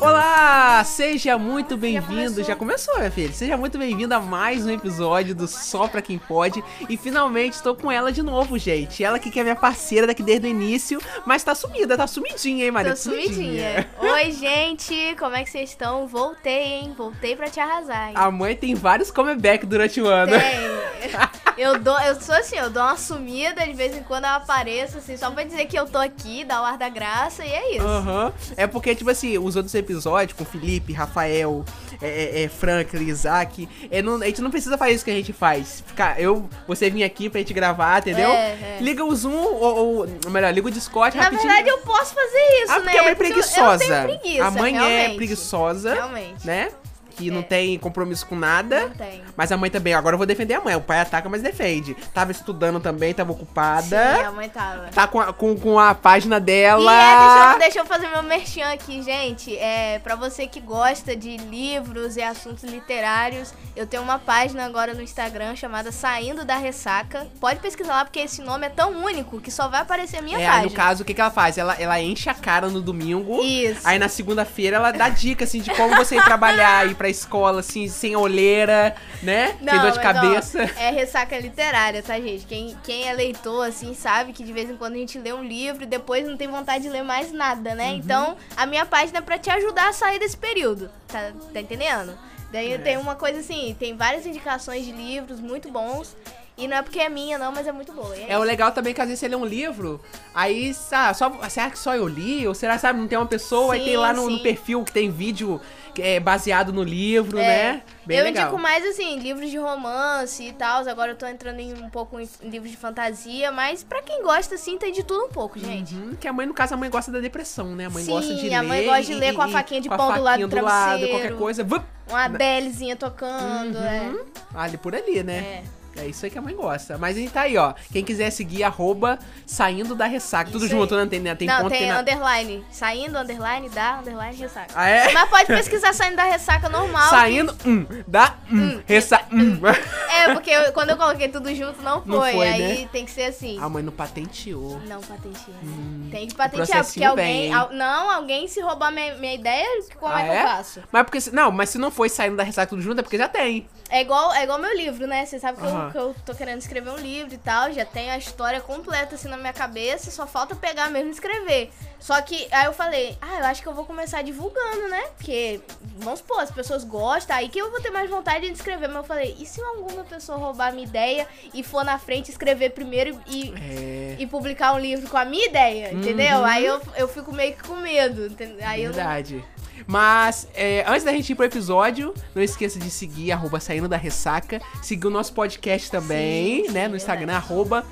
Olá! Seja muito bem-vindo. Já começou, minha filha. Seja muito bem-vindo a mais um episódio do Só Pra Quem Pode. E finalmente estou com ela de novo, gente. Ela que que é minha parceira daqui desde o início, mas tá sumida, tá sumidinha, hein, Maria? Tô sumidinha. Oi, gente, como é que vocês estão? Voltei, hein? Voltei pra te arrasar. hein? A mãe tem vários comeback durante o ano. Tem. Eu dou, eu sou assim, eu dou uma sumida de vez em quando eu apareço, assim, só pra dizer que eu tô aqui, dá o ar da graça e é isso. Aham. É porque, tipo assim, os outros episódios com Felipe, Rafael, é, é, é, Franklin, Isaac, é, não- a gente não precisa fazer isso que a gente faz. Ficar, eu, você vir aqui pra gente gravar, entendeu? É, é. Liga o Zoom, ou, ou- melhor, liga o Discord Na rapidinho. verdade, eu posso fazer isso, ah, né? porque a mãe é Porque eu- preguiçosa. Eu, tenho preguiça, a mãe realmente. é preguiçosa, Realmente. né? Que não É. tem compromisso com nada. Não tem. Mas a mãe também, agora eu vou defender a mãe. O pai ataca, mas defende. Tava estudando também, tava ocupada. Sim, a mãe tava. Tá com a, com, com a página E é, deixa, eu- dela. deixa eu fazer meu merchan aqui, gente. É, pra você que gosta de livros e assuntos literários, eu tenho uma página agora no Instagram chamada Saindo da Ressaca. Pode pesquisar lá, porque esse nome é tão único que só vai aparecer a minha é, aí no página. caso, o que, que ela faz? Ela, ela enche a cara no domingo. Isso. Aí na segunda-feira ela dá dica, assim, de como você ir trabalhar, ir pra escola, assim, sem olheira, né? sem dor de mas, ó, cabeça. é ressaca literária, tá, gente? Quem, quem é leitor, assim, sabe que de vez em quando a gente lê um livro e depois não tem vontade de ler mais nada, Uhum. né? Então, a minha página é pra te ajudar a sair desse período, tá, tá entendendo? Daí É. tem uma coisa assim, tem várias indicações de livros muito bons. E não é porque é minha, não, mas é muito boa. e é É o legal também que às vezes você lê um livro, aí, sa- só, será que só eu li? Ou será, sabe, não tem uma pessoa? aí Sim, tem lá no, no sim. perfil que tem vídeo que é, baseado no livro, né? Bem É. eu legal. indico mais, assim, livros de romance e tal. Agora eu tô entrando em um pouco em livros de fantasia, mas pra quem gosta, assim, tem de tudo um pouco, gente. Uhum, que a mãe, no caso, a mãe gosta da depressão, né? A mãe Sim, gosta de ler. a mãe gosta de e- ler com a e- faquinha de com a pão do lado do faquinha lado, travesseiro. qualquer coisa. Vup! Uma Adelezinha tocando, é. Ali por ali, né? É. Uhum. É isso aí que a mãe gosta. Mas aí tá aí, ó. Quem quiser seguir, arroba saindo da ressaca. Tudo Isso junto, né? Tem, né? tem Não, ponto, tem na- underline. Saindo, underline, da, underline, ressaca. Ah, é? Mas pode pesquisar saindo da ressaca normal. Saindo, hum, da, hum, ressa, hum. É, porque eu- quando eu coloquei tudo junto, não foi. Não foi, né? Aí tem que ser assim. A mãe não patenteou. Não patentear. Hum, tem que patentear, porque processinho alguém. vem, hein? al- não, alguém se roubar minha, minha ideia, como Ah, é que é? eu faço? Mas porque se, não, mas se não foi saindo da ressaca tudo junto é porque já tem. É igual, é igual meu livro, né? Você sabe que, Aham. eu, que eu tô querendo escrever um livro e tal, já tenho a história completa assim na minha cabeça, só falta pegar mesmo e escrever. Só que aí eu falei, ah, eu acho que eu vou começar divulgando, né? Porque, vamos supor, as pessoas gostam, aí que eu vou ter mais vontade de escrever. Mas eu falei, e se alguma pessoa roubar a minha ideia e for na frente escrever primeiro e, É. Uhum. e publicar um livro com a minha ideia, entendeu? Aí eu, eu fico meio que com medo, entende? É, Aí eu não verdade. Mas é, antes da gente ir pro episódio, não esqueça de seguir arroba saindo da ressaca, seguir o nosso podcast também, né, Sim, sim, no verdade. Instagram arroba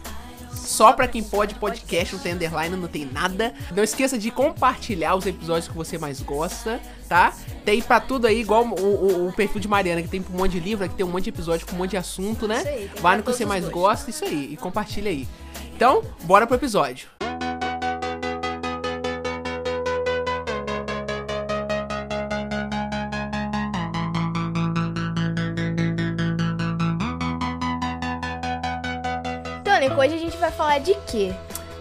só pra quem pode podcast, não tem underline, não tem nada. Não esqueça de compartilhar os episódios que você mais gosta, tá? Tem pra tudo aí, igual o, o- o perfil de Mariana, que tem um monte de livro, que tem um monte de episódio com um monte de assunto, né? Isso aí, tem Vai pra no que você todos os mais gostos. gosta, isso aí, e compartilha aí. Então, bora pro episódio. Então, Nico, hoje a gente vai falar de quê?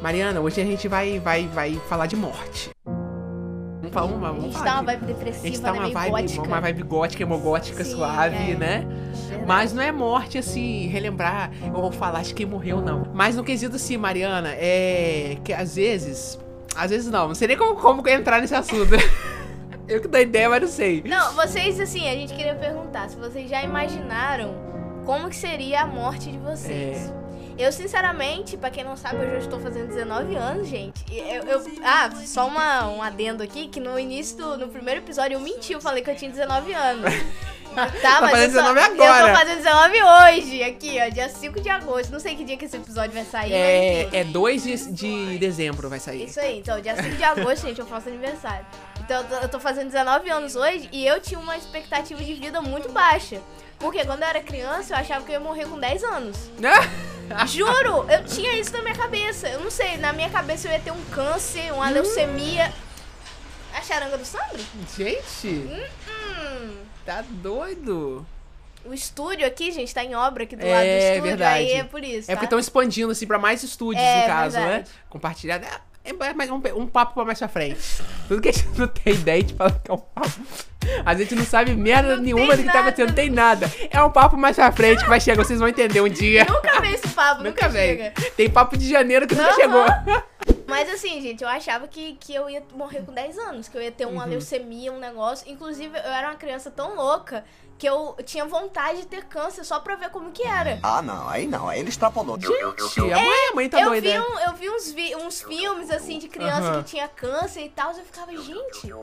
Mariana, hoje a gente vai, vai, vai falar de morte. Vamos falar, vamos, A vamos gente falar tá de- uma vibe a gente depressiva, tá né? uma Meio vibe, gótica. uma vibe gótica, hemogótica, Sim, suave, é. né? Verdade. Mas não é morte, assim, relembrar ou falar de quem morreu, não. Mas no quesito, assim, Mariana, é que às vezes... Às vezes não, não sei nem como, como entrar nesse assunto. Eu que dou ideia, mas não sei. Não, vocês, assim, a gente queria perguntar se vocês já imaginaram como que seria a morte de vocês. É. Eu, sinceramente, pra quem não sabe, eu já estou fazendo 19 anos, gente. E Eu, eu- ah, só uma, um adendo aqui, que no início, do, no primeiro episódio, eu menti, eu falei que eu tinha 19 anos. Tá, mas fazendo eu só- 19 Eu agora. tô fazendo 19 hoje, aqui, ó, dia 5 de agosto. Não sei que dia que esse episódio vai sair, mas enfim. É, é 2 de, de dezembro vai sair. Isso aí, então, dia 5 de agosto, gente, eu faço aniversário. Então, eu tô, eu tô fazendo 19 anos hoje e eu tinha uma expectativa de vida muito baixa. Porque quando eu era criança, eu achava que eu ia morrer com 10 anos. Né? Juro, eu tinha isso na minha cabeça. Eu não sei, na minha cabeça eu ia ter um câncer, Hum. uma leucemia. A charanga do Sandro? Gente, Hum. tá doido. O estúdio aqui, gente, tá em obra aqui do É, lado do estúdio. verdade. Aí é por isso. É porque tá? estão expandindo, assim, pra mais estúdios, É, no caso, verdade. né? Compartilhar. É mais um, um papo pra mais pra frente. Tudo que a gente não tem ideia, a gente fala que é um papo. A gente não sabe merda Não nenhuma tem do que tá nada. acontecendo, não tem nada. É um papo mais pra frente que vai chegar, vocês vão entender um dia. Nunca vi esse papo, nunca, Nunca vem. chega. Tem papo de janeiro que nunca Aham. chegou. Mas assim, gente, eu achava que, que eu ia morrer com 10 anos, que eu ia ter Uhum. uma leucemia, um negócio. Inclusive, eu era uma criança tão louca que eu tinha vontade de ter câncer só pra ver como que era. Ah, não, aí não, aí ele extrapolou. Tia, a mãe, a mãe tá eu, doida. Vi um- eu vi uns, vi- uns filmes, assim, de criança Aham. que tinha câncer e tal, e eu ficava, gente...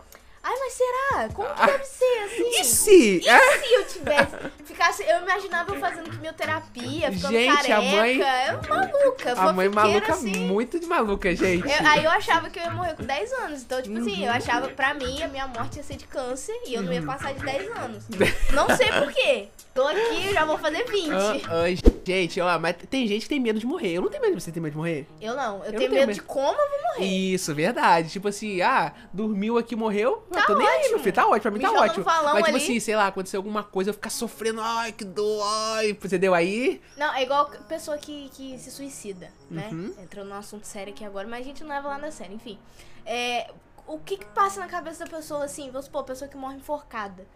Ai, mas será? Como que deve ser, assim? E se? E Ah, se eu tivesse... Ficasse, eu imaginava eu fazendo quimioterapia, ficando Gente, careca. a mãe- Eu maluca. A mãe fanfiqueira, maluca, assim. muito de maluca, gente. Eu- aí eu achava que eu ia morrer com 10 anos. Então, tipo assim, eu achava, pra mim, a minha morte ia ser de câncer e eu não Uhum. ia passar de 10 anos. Não sei por quê. Tô aqui, já vou fazer 20. Ah, ah, gente, ó, mas tem gente que tem medo de morrer. Eu não tenho medo de você ter medo de morrer. Eu não. Eu, não tenho tenho medo de medo. como eu vou morrer. Isso, verdade. Tipo assim, ah, dormiu aqui, morreu. Tá tô nem aí, meu ótimo. filho. Tá ótimo, pra mim Me tá joga no ótimo. valão Mas tipo ali. assim, sei lá, aconteceu alguma coisa, eu ficar sofrendo, ai, que dor, ai, entendeu? Aí, Não, é igual pessoa que, que se suicida, né? Uhum. Entrando num assunto sério aqui agora, mas a gente não leva lá na série, enfim. É, o que que passa na cabeça da pessoa, assim, vamos supor, a pessoa que morre enforcada.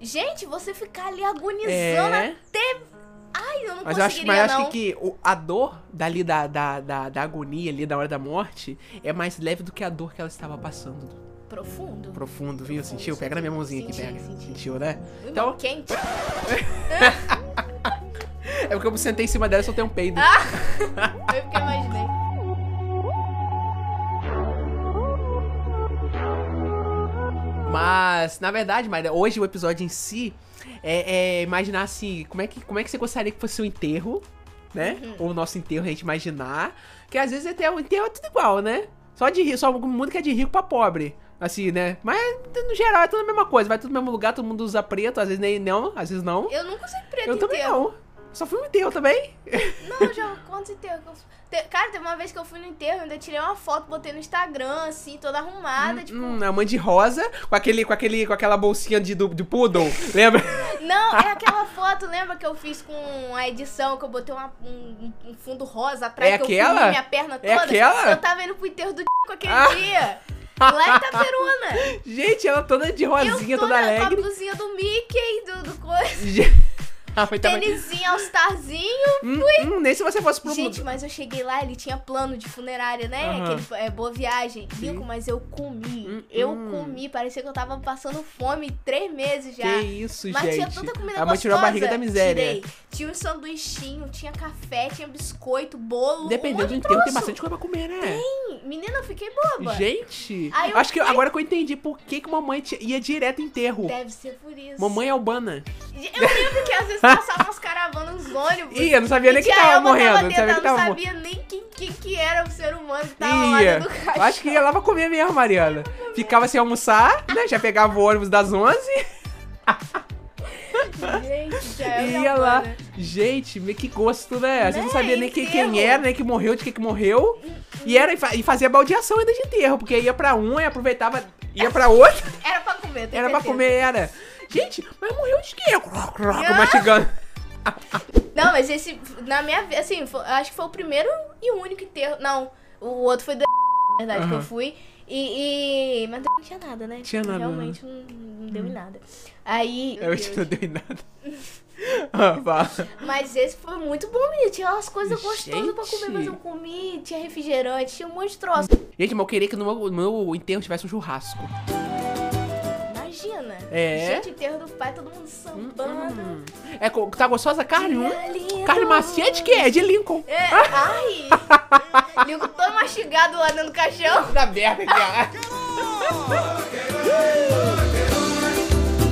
Gente, você ficar ali agonizando É. até... Ai, eu não mas eu acho, né? conseguiria, mas eu não. acho que, que o- a dor dali da, da, da, da agonia ali, da hora da morte, é mais leve do que a dor que ela estava passando. Profundo. Profundo, viu? Sentiu? senti. Pega na minha mãozinha aqui, Senti, pega. senti. Sentiu, né? Muito Então- quente. É porque eu me sentei em cima dela e soltei um peido. Foi porque eu imaginei. Mas, na verdade, Maria, hoje o episódio em si é, é imaginar assim, como é, que, como é que você gostaria que fosse seu enterro, né? Ou o nosso enterro, a gente imaginar. Que às vezes até o enterro é tudo igual, né? Só de rico, só o mundo que é de rico pra pobre. Assim, né? Mas no geral é tudo a mesma coisa, vai tudo no mesmo lugar, todo mundo usa preto, às vezes nem não, às vezes não. Eu nunca usei preto Eu também inteiro. não. Só fui um enterro também. Não, já quantos enterros que eu fui. Te- Cara, teve uma vez que eu fui no enterro, eu ainda tirei uma foto, botei no Instagram, assim, toda arrumada, tipo. Hum, a mãe de rosa, com aquele, com aquele, com aquela bolsinha de, do, do poodle, lembra? Não, é aquela foto, lembra que eu fiz com a edição, que eu botei uma- um, um fundo rosa atrás, É que eu aquela? comi minha perna toda. É aquela? Eu tava indo pro enterro do com aquele Ah. dia. Lá em Itaperuna. Gente, ela toda de Eu rosinha, toda toda com a alegre. blusinha do Mickey, do, do coisa, Ge- Ah, foi também- tênisinho, all-starzinho. Hum, hum, nem se você fosse pro Gente, mas eu cheguei lá, ele tinha plano de funerária, né? Aham. Aquele é, boa viagem. Sim. Rico, mas eu comi. Hum, eu hum. comi. Parecia que eu tava passando fome três meses já. Que isso, Mas gente. tinha tanta comida a mãe gostosa. tirou a barriga da miséria. Tirei. Tinha um sanduichinho, tinha café, tinha biscoito, bolo. Dependendo um do monte de enterro, tem troço. bastante coisa pra comer, né? Menina, eu fiquei boba. Gente, Aí eu acho que agora que eu entendi por que, que mamãe ti- ia direto em enterro. Deve ser por isso. Mamãe é albana. Eu lembro que às vezes passavam umas caravanas, uns ônibus. Ih, eu não sabia nem E que tia tava Elma morrendo. Não Tava sabia dentro, que é ela tava não morrendo. sabia nem quem, quem que era o ser humano que tava lá Ia. dentro do Eu caixão. Acho que ia lá pra comer mesmo, Mariana. Ficava sem almoçar, né? Já pegava o ônibus das 11 Gente, é tia e Elma ia lá. Gabbana. Gente, mas que gosto, é né? A gente não Né? sabia nem quem, Enterro. quem era, nem que morreu, de que que morreu. E, era, e fa- e fazia baldeação ainda de enterro, porque ia pra um e aproveitava, ia pra outro. Era pra comer, tem Era pra certeza. comer, era. Gente, mas morreu de quê? Croc, croc, Mastigando. Não, mas esse, na minha vida, assim, foi- acho que foi o primeiro e o único enterro. Não, o outro foi da na verdade, que eu Aham. fui. E, e- Mas não tinha nada, né? Tinha nada, Hum. Realmente não, não deu em nada. Aí. Eu acho que não deu em nada. Ah, fala. Mas esse foi muito bom, menino. Tinha umas coisas gostosas pra comer, Gente. mas eu comi, tinha refrigerante, tinha um monte de troço. Gente, mas eu queria que no meu, no meu enterro tivesse um churrasco. Imagina. É? Gente, enterro do pai, todo mundo sambando. Hum. É, co- tá gostosa a carne? Hum? Dia lindo. Carne macia de quê? É de Lincoln. É, ai! Ligo todo mastigado lá dentro do caixão. Da merda aqui,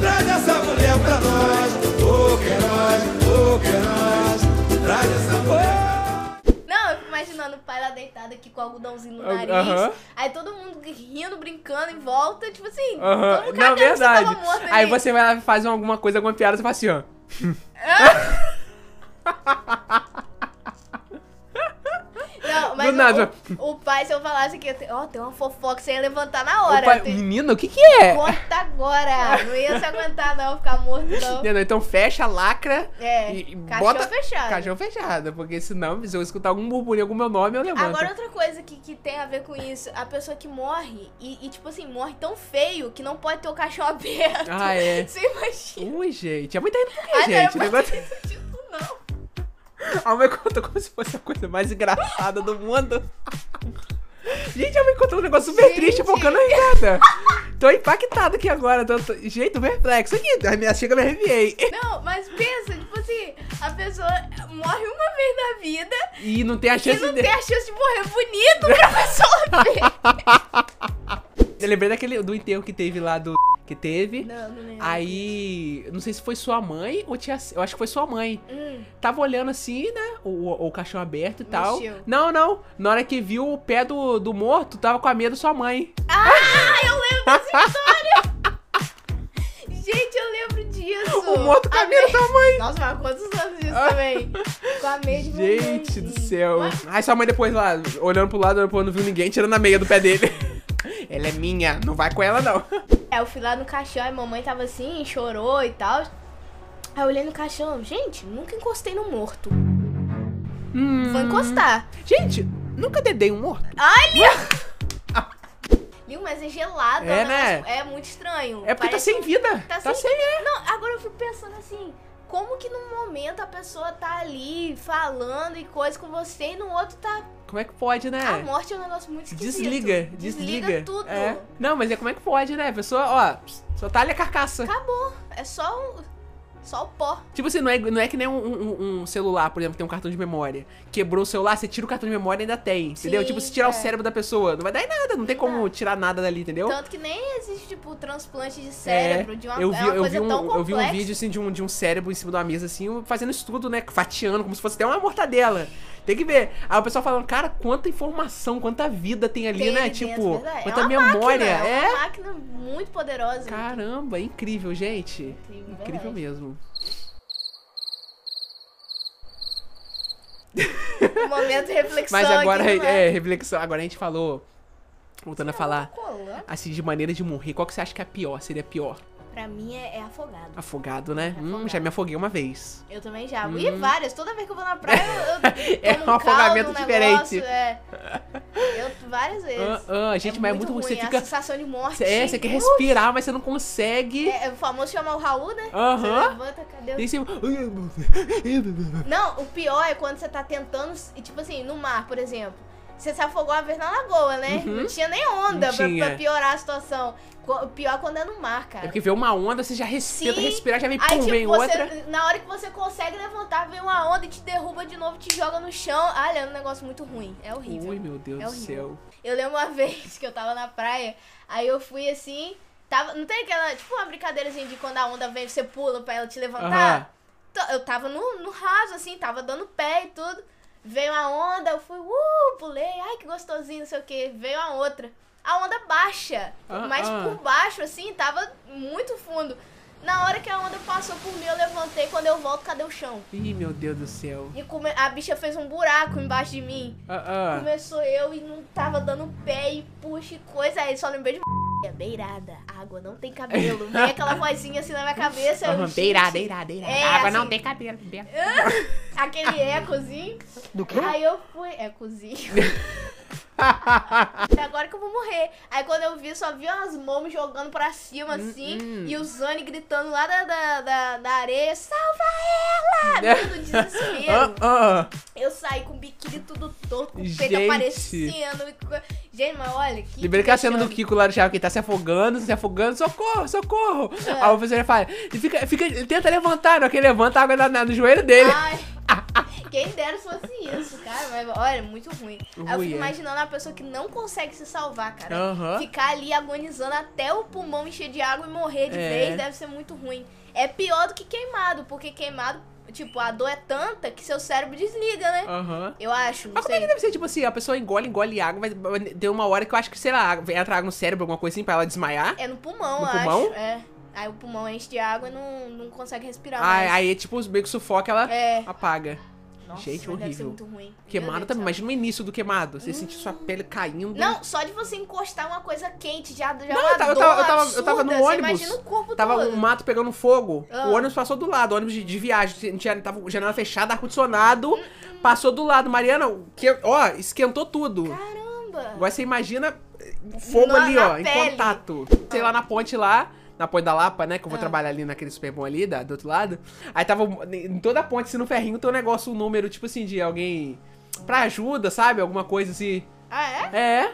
Traz essa mulher pra nós, ô Queiroz, ô Queiroz, traz essa mulher. Não, eu fico imaginando o pai lá deitado aqui com o algodãozinho no Ah, nariz. aham. Aí todo mundo rindo, brincando em volta. Tipo assim, ó. Aham. todo mundo Não, cagando que você tava verdade. morto ali. Aí você vai lá fazer alguma coisa, alguma piada, você faz assim, ó. Não, mas Do nada. O, o pai, se eu falasse que, ó, tem uma fofoca, você ia levantar na O hora. pai- Tem- menina, o que que é? Conta agora. Não ia se aguentar, não, ficar morto, não. Entendeu? Então fecha, lacra É, e, e caixão bota... fechado. Caixão fechado, porque senão, se eu escutar algum burburinho, algum meu nome, eu levanto. Agora, outra coisa que, que tem a ver com isso, a pessoa que morre, e, e, tipo assim, morre tão feio que não pode ter o caixão aberto. Ah, é. Você imagina? Ui, gente, é muita energia, Ah, gente. não, o eu não negócio... é faço isso de novo, não. A mãe conta como se fosse a coisa mais engraçada do mundo. Gente, a mãe contou um negócio super Gente. triste, focando a risada. Tô impactado aqui agora, tô, tô, jeito perplexo aqui. A minha chega me arrepiei. Não, mas pensa, tipo assim, a pessoa morre uma vez na vida E não tem a e chance não de... tem a chance de morrer bonito pra pessoa ver. Eu lembrei daquele, do enterro que teve lá, do... Que teve. Não, não lembro. Aí, não sei se foi sua mãe ou tia... Eu acho que foi sua mãe. Hum, Tava olhando assim, né? O, o, o caixão aberto e tal. Mexeu. Não, não. Na hora que viu o pé do, do morto, tava com a medo da sua mãe. Gente, eu lembro disso. O morto com a medo um da mãe. Nossa, mas quantos anos isso também? Com a meia de mulher, Gente do assim. céu. Aí sua mãe depois lá, olhando pro lado, olhando pro outro, não viu ninguém, tirando a meia do pé dele. Ela é minha, não vai com ela não. Aí É, eu fui lá no caixão, aí mamãe tava assim, chorou e tal. Aí eu olhei no caixão, gente, nunca encostei no morto. Uhum. Vou encostar. Gente, nunca dedei um morto. Viu? Mas é gelado, É, é, um negócio- né? é muito estranho. É porque tá Parece sem um- vida. Tá, sem. Não, agora eu fico pensando assim. Como que num momento a pessoa tá ali falando e coisa com você e no outro tá. Como é que pode, né? A morte é um negócio muito esquisito. Desliga, desliga. tudo. É. Não, mas é como é que pode, né? A pessoa, ó, pss, só tá ali a carcaça. Acabou. É só o. Só o pó. Tipo assim, não é, não é que nem um, um- um celular, por exemplo, que tem um cartão de memória. Quebrou o celular, você tira o cartão de memória e ainda tem, entendeu? Sim, Tipo, se tirar o é. cérebro da pessoa, não vai dar em nada, não tem como tirar nada dali, entendeu? Tanto que nem existe, tipo, transplante de cérebro, de uma, eu vi, é uma eu coisa vi um, tão complexa. eu vi um vídeo assim de um, de um cérebro em cima de uma mesa, assim, fazendo estudo, né? Fatiando, como se fosse até uma mortadela. Tem que ver. Aí o pessoal falando, cara, quanta informação, quanta vida tem ali, Tem né? ali tipo, dentro, verdade. quanta é uma memória. Máquina, é. é uma máquina muito poderosa. Caramba, é incrível, gente. Incrível, Incrível É verdade. mesmo. Um momento de reflexão. Mas agora, aqui, é, reflexão. Agora a gente falou, voltando a falar, Colando. assim, de maneira de morrer, qual que você acha que é a pior? Seria a pior? Pra mim é, é afogado. Afogado, né? Hum, Afogado. já me afoguei uma vez. Eu também já. E várias. Toda vez que eu vou na praia, eu. eu Uhum. É tomo um afogamento caldo, um diferente. negócio, é. Eu várias vezes. Ah, ah, gente, mas é muito ruim. Você é fica. A sensação de morte. É, você quer respirar, mas você não consegue. É, é o famoso chamar o Raul, né? Você Aham. levanta, cadê o Daí você- Não, o pior é quando você tá tentando, e, tipo assim, no mar, por exemplo. Você se afogou uma vez na lagoa, né? Não tinha nem onda Uhum. Não pra- tinha. Pra, piorar a situação. Co- O pior é quando é no mar, É cara. porque vê uma onda, você já res- Sim. tenta respirar, já vem, Aí, pum, tipo, vem você- outra. na hora que você consegue levantar, vem uma onda e te derruba de novo, te joga no chão. Olha, é um negócio muito ruim. É horrível. Ui, meu Deus É do horrível. céu. Eu lembro uma vez que eu tava na praia, aí eu fui assim. Tava, não tem aquela, tipo uma brincadeirazinha de quando a onda vem você pula pra ela te levantar? Aham. Tô- Eu tava no, no raso, assim, tava dando pé e tudo. Veio a onda, eu fui, uh, pulei, ai que gostosinho, não sei o que. Veio a outra. A onda baixa, Ah, mas ah. por baixo, assim, tava muito fundo. Na hora que a onda passou por mim, eu levantei. Quando eu volto, cadê o chão? Ih, meu Deus do céu. E come- a bicha fez um buraco embaixo de mim. Ah, ah. Começou eu e não tava dando pé e puxa e coisa. Aí só lembrei de uma É beirada, água não tem cabelo. Vem aquela vozinha assim na minha cabeça. eu, Aham, gente, Beirada, beirada, beirada. É, Água não assim. tem cabelo. beirada. Aquele Ah. ecozinho. Do quê? Aí eu fui. Ecozinho. É agora que eu vou morrer. Aí quando eu vi, só vi umas momos jogando pra cima Hum, assim. E o Zane gritando lá da, da, da, da areia: Salva ela! Tudo desespero. Ah, ah. Eu saí com o biquíni tudo torto, com o peito Gente. aparecendo. e co- Gente, mas olha que. Lembrei que a cena do vexame. Kiko lá no Chave, que tá se afogando, se afogando, socorro, socorro. É. Aí o professor fala, ele fica, fica, ele tenta levantar, não, é que ele levanta a água na, na- no joelho dele. Ai, quem dera se fosse isso, cara. Mas olha, é muito ruim. Aí eu Ruim, fico é. imaginando a pessoa que não consegue se salvar, cara. Aham. Ficar ali agonizando até o pulmão encher de água e morrer de É. vez deve ser muito ruim. É pior do que queimado, porque queimado, tipo, a dor é tanta que seu cérebro desliga, né? Aham. Eu acho, não Mas Ah. como é que sei. deve ser, tipo assim, a pessoa engole, engole água, mas mas tem uma hora que eu acho que, sei lá, entra água no cérebro, alguma coisa assim, pra ela desmaiar. É no pulmão, No eu pulmão? acho. É. Aí o pulmão enche de água e não, não consegue respirar Aí, mais. aí, tipo, meio que sufoca, ela É. apaga. Nossa, Gente, mas Deve ser horrível. muito ruim. Queimado Meu também. Deus do céu. Imagina o início do queimado. Você sentir sua pele caindo. Não, só de você encostar uma coisa quente já, já Não, uma eu tava, eu tava, dor eu tava, eu tava absurda, no você ônibus. Imagina o corpo tava todo. um mato pegando fogo. Ah. O ônibus passou do lado, ônibus de, de viagem. Não Tinha, tava janela fechada, ar-condicionado. Passou do lado. Mariana, o que, ó, esquentou tudo. Caramba. Agora você imagina eh, o fogo Na- ali, na ó, em pele. contato. Sei lá, na ponte lá, na ponte da Lapa, né? Que Ah. eu vou trabalhar ali naquele super bom ali, da, do outro lado. Aí tava um- em toda a ponte, assim, no ferrinho, tem um negócio, um número, tipo assim, de alguém pra ajuda, sabe? Alguma coisa assim. Ah, é? É.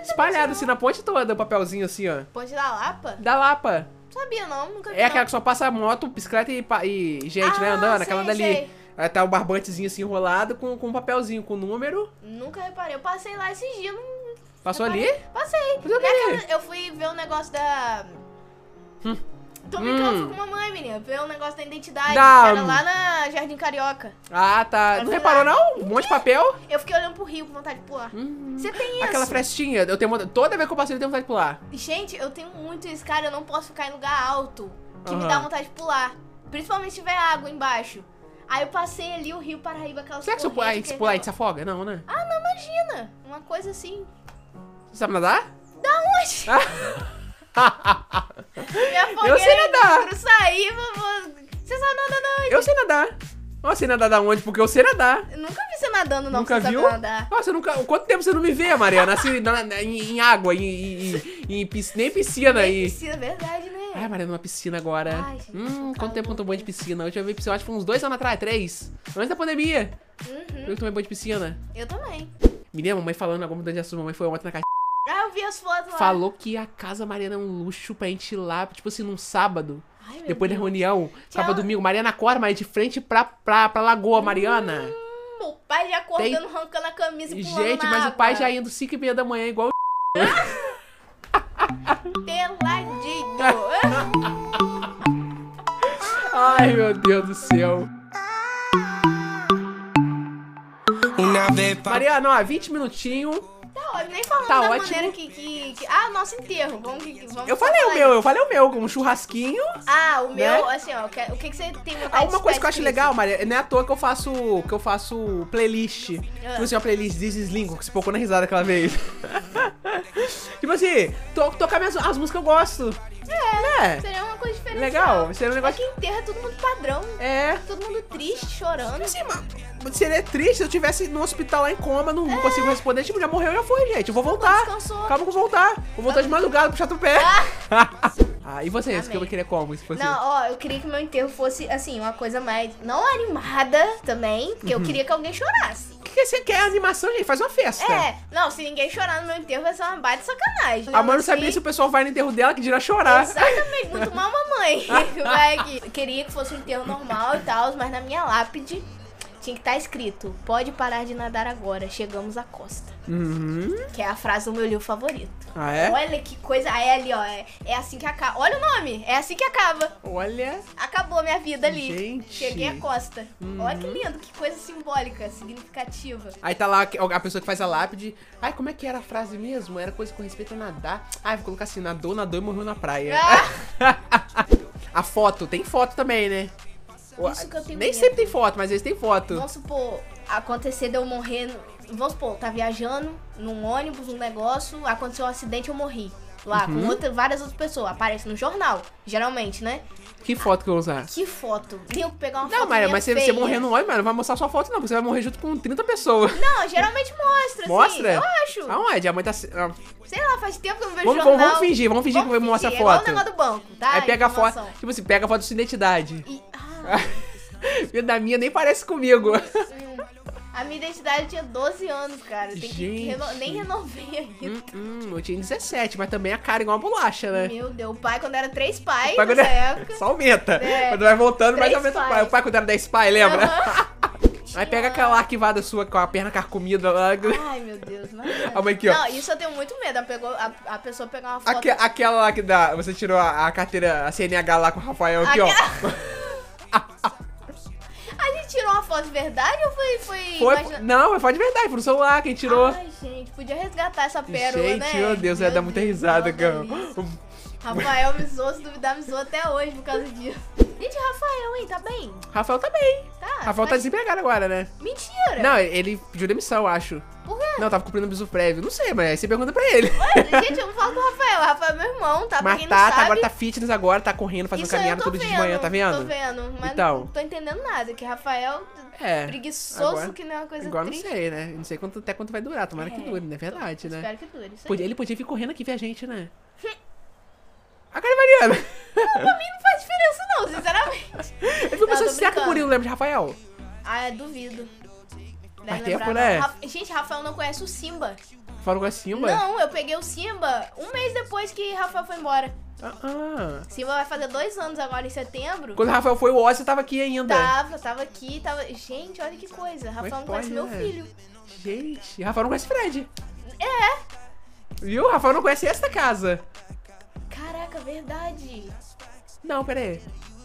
Espalhado assim na ponte toda, o papelzinho assim, ó. Ponte da Lapa? Da Lapa. Não sabia não, nunca vi É não. aquela que só passa moto, bicicleta e, pa- e gente, né? Ah, Andando, sei, aquela dali. sei. Aí tá o barbantezinho assim enrolado com, com um papelzinho, com número. Nunca reparei. Eu passei lá esses dias, não... Passou ali? reparei. Passei. Mas eu Não é vi. aquela- Eu fui ver um negócio da... Hum. Tô brincando, fui com mamãe, menina. Ver um negócio da identidade, Da- que era lá na Jardim Carioca. Ah, tá. Eu Não fui reparou, lá. não? Um monte de papel. Hum. Eu fiquei olhando pro rio com vontade de pular. Você tem isso? Aquela frestinha, eu tenho vontade- toda vez que eu passeio eu tenho vontade de pular. Gente, eu tenho muito isso, cara. Eu não posso ficar em lugar alto. Que me Aham. dá vontade de pular. Principalmente se tiver água embaixo. Aí eu passei ali o Rio Paraíba, aquela Será que se eu pular, se pular a gente se afoga? Não, né? Ah, não, imagina. Uma coisa assim. Você sabe nadar? Da onde? Me afoguei. Eu sei nadar. Eu saí, vovô. Você sabe nadar da onde? eu sei nadar. Ó, sei nadar da onde? Porque eu sei nadar. Eu Nunca vi você nadando, não. nunca você viu? Sabe nadar. Nossa, nunca. Quanto tempo você não me vê, Mariana? Assim, na- na- em, em água, em, em, em- em pis- nem piscina Nem aí. Ah. Precisa, verdade, né? Ai, Mariana, uma piscina agora. Ai, gente, hum, tô quanto tempo eu não tomo banho de maluca. piscina? A última vez piscina, acho que foi uns dois anos atrás, três. Antes da pandemia. Uhum, Eu tomei banho de piscina. eu também. Menina, mamãe falando alguma mudança de assunto, mamãe foi ontem na casa. Ah, eu vi as fotos lá. Falou que a casa Mariana é um luxo pra gente ir lá, tipo assim, num sábado. Ai, meu Depois da Deus. reunião, sábado Tchau. domingo, Mariana acorda, mas é de frente pra, pra, pra Lagoa, Mariana. Hum, o pai já acordando, arrancando a camisa e pulando Gente, na mas o pai água. já indo 5 e meia da manhã, igual o Peladinho. Ai, meu Deus do céu. Una vez Mariana, ó, 20 minutinhos. Tá ótimo, nem falando Tá da ótimo. maneira que, que, que- Ah, o nosso enterro. Vamos que. que- Vamos Eu falei o falar. meu, eu falei o meu, com um churrasquinho. Ah, o né? meu, assim, ó. que- o que, que você tem vontade Ah, de uma coisa que eu acho estar legal, Maria, não é à toa que eu faço. que eu faço um playlist. Tipo assim, uma playlist This is Lincoln, que se focou na risada aquela vez. tipo assim, to, tocar minhas, as músicas que eu gosto. É. escrito? Né? Seria uma coisa diferente. Legal, seria um negócio- É que enterra todo mundo padrão. É. Todo mundo triste, chorando. Sim, mas seria triste se eu tivesse no hospital lá em coma, não consigo responder. Tipo, já morreu, já foi, gente. Eu vou voltar. Descansou. Calma que eu vou voltar. Vou voltar de madrugada, puxar teu pé. ah, e vocês? Que eu Amei. queria como? Se fosse... Não, ó, eu queria que meu enterro fosse, assim, uma coisa mais. Não animada também, porque eu Uhum. queria que alguém chorasse. O que que você quer? Animação, gente? Faz uma festa. É, não, se ninguém chorar no meu enterro vai ser uma baita sacanagem. A mãe não Assim, sabia se o pessoal vai no enterro dela, que dirá chorar. Exatamente, muito mal mamãe. Vai aqui. Queria que fosse um enterro normal e tal, mas na minha lápide tinha que estar escrito: pode parar de nadar agora, chegamos à costa. Uhum. Que é a frase do meu livro favorito. Ah, é? Olha que coisa. Aí ali, ó, é, é assim que acaba. Olha o nome, é assim que acaba. Olha. Acabou minha vida ali. Gente. Uhum. Cheguei à costa. Olha que lindo, que coisa simbólica, significativa. Aí tá lá a pessoa que faz a lápide. Ai, como é que era a frase mesmo? Era coisa com respeito a nadar. Ai, vou colocar assim, nadou, nadou e morreu na praia. a foto, tem foto também, né? Ah. Isso que eu tenho Nem medo. sempre tem foto, mas às vezes tem foto. Vamos supor, acontecer de eu morrer. no- Vamos supor, tá viajando num ônibus, um negócio, aconteceu um acidente eu morri. Lá, Uhum. com outra- várias outras pessoas. Aparece no jornal, geralmente, né? Que foto que eu vou usar? Que foto. Tenho que pegar uma foto. Não, Maria, minha mas você, feia. você morrer no ônibus, mano, não vai mostrar sua foto, não. Você vai morrer junto com 30 pessoas. Não, geralmente mostra, Mostra? assim. Eu acho. Aonde? A mãe tá. se- ah, Sei lá, faz tempo que eu não vejo Vamos, jornal. vamos, vamos fingir, vamos fingir que mostra a é igual foto. o negócio do banco, tá? Aí pega a foto. Informação. Tipo assim, pega a foto de sua identidade. E- ah, E da minha nem parece comigo. hum. a minha identidade tinha 12 anos, cara. Tem Gente. que reno... Nem renovei ainda. Hum, hum, eu tinha 17, mas também a cara igual uma bolacha, né? Meu Deus, o pai quando era três pais pai nessa quando era- época. Só aumenta. É. Quando vai voltando, mais Três aumenta o pais. pai. O pai quando era 10 pai, lembra? Aham. Aí pega aquela arquivada sua com a perna carcomida lá. Ai, meu Deus, mas... é. A mãe aqui, ó. Não, isso eu tenho muito medo. ela pegou- A, a pessoa pegar uma foto. Aque- aquela lá que dá. Você tirou a, a carteira, a CNH lá com o Rafael aqui, ó. A gente tirou uma foto de verdade ou foi. Foi. Foi, imagina- não, mas Ah, foi de verdade, foi no celular quem tirou. Ai, gente, podia resgatar essa pérola, Gente, né? é meu Deus, ia dar muita Deus, risada, que cara. delícia. Rafael me zoou, se duvidar, me zoou até hoje por causa disso. Gente, Rafael, hein? Tá bem? Rafael tá bem. Tá. Rafael tá mas- desempregado agora, né? Mentira! Não, ele pediu demissão, eu acho. Por quê? Não, tava cumprindo um biso prévio. Não sei, mas aí você pergunta pra ele. Gente, eu vou falar com o Rafael. O Rafael é meu irmão, tá? pra mas quem tá, não tá, sabe, agora tá fitness agora, tá correndo, fazendo isso aí eu caminhada tô todo dia de manhã, tá vendo? Tô vendo, mas Então. não tô entendendo nada. Que Rafael, É. preguiçoso agora- que não é uma coisa Agora não triste. sei, né? Não sei quanto, até quanto vai durar, tomara que É, dure, né? É verdade, né? Espero que dure. Isso aí. Podia- ele podia vir correndo aqui ver a gente, né? A cara é Mariana! Pra mim não faz diferença, não, sinceramente. Eu fico Não, pensando, tô será que o brincando. Murilo lembra de Rafael? Ah, eu duvido. Deve Faz lembrar, tempo, não. né? Rafa- Gente, Rafael não conhece o Simba. Fala com a Simba? Não, eu peguei o Simba um mês depois que Rafael foi embora. Ah, ah. Simba vai fazer dois anos agora em setembro. Quando o Rafael foi, o Ozzy tava aqui ainda. Tava, tava aqui, tava. Gente, olha que coisa. Rafael não pode, conhece meu né? filho. Gente, Rafael não conhece Fred. É. Viu? Rafael não conhece esta casa. Caraca, verdade. Não, pera aí.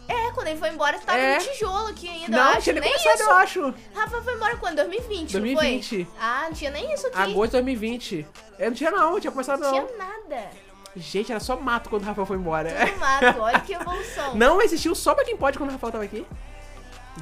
É, quando ele foi embora, tava É. no tijolo aqui ainda. eu Não, não acho. tinha nem nem começado, isso. eu acho. Rafael foi embora quando? 2020, 2020. não foi? Ah, não tinha nem isso aqui. Agosto de 2020. Eu não tinha não, não tinha começado Não não. tinha nada. Gente, era só mato quando o Rafael foi embora. Tudo mato, olha que evolução. Não existiu só pra quem pode quando o Rafael tava aqui.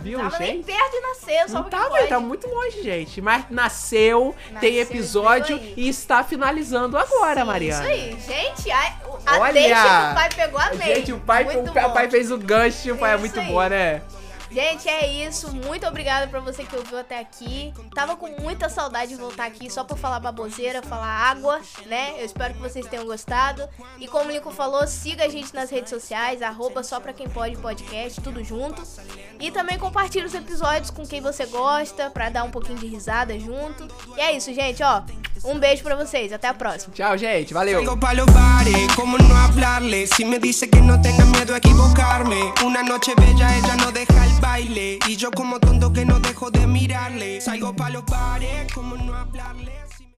Viu, tava nem gente? perto de nascer, só Não porque tava, pode. tá muito longe, gente. Mas nasceu, tem Nasceu, episódio veio aí. e está finalizando agora, Sim, Mariana. Isso aí, gente. A, a Olha! deixa que o pai pegou a meio. Gente, o pai, Muito o pai- bom. pai fez o gancho, o pai é Isso muito aí. bom, né? Gente, é isso. Muito obrigada pra você que ouviu até aqui. Tava com muita saudade de voltar aqui só pra falar baboseira, falar água, né? Eu espero que vocês tenham gostado. E como o Lico falou, siga a gente nas redes sociais, arroba só pra quem pode podcast, tudo junto. E também compartilha os episódios com quem você gosta, pra dar um pouquinho de risada junto. E é isso, gente, ó. Um beijo pra vocês. Até a próxima. Tchau, gente. Valeu. Tengo pa' los bares, cómo no hablarle Si me dice que no tenga miedo a equivocarme Una noche bella, ella no deja el baile Y yo como tonto que no dejo de mirarle Salgo pa' los bares, cómo no hablarle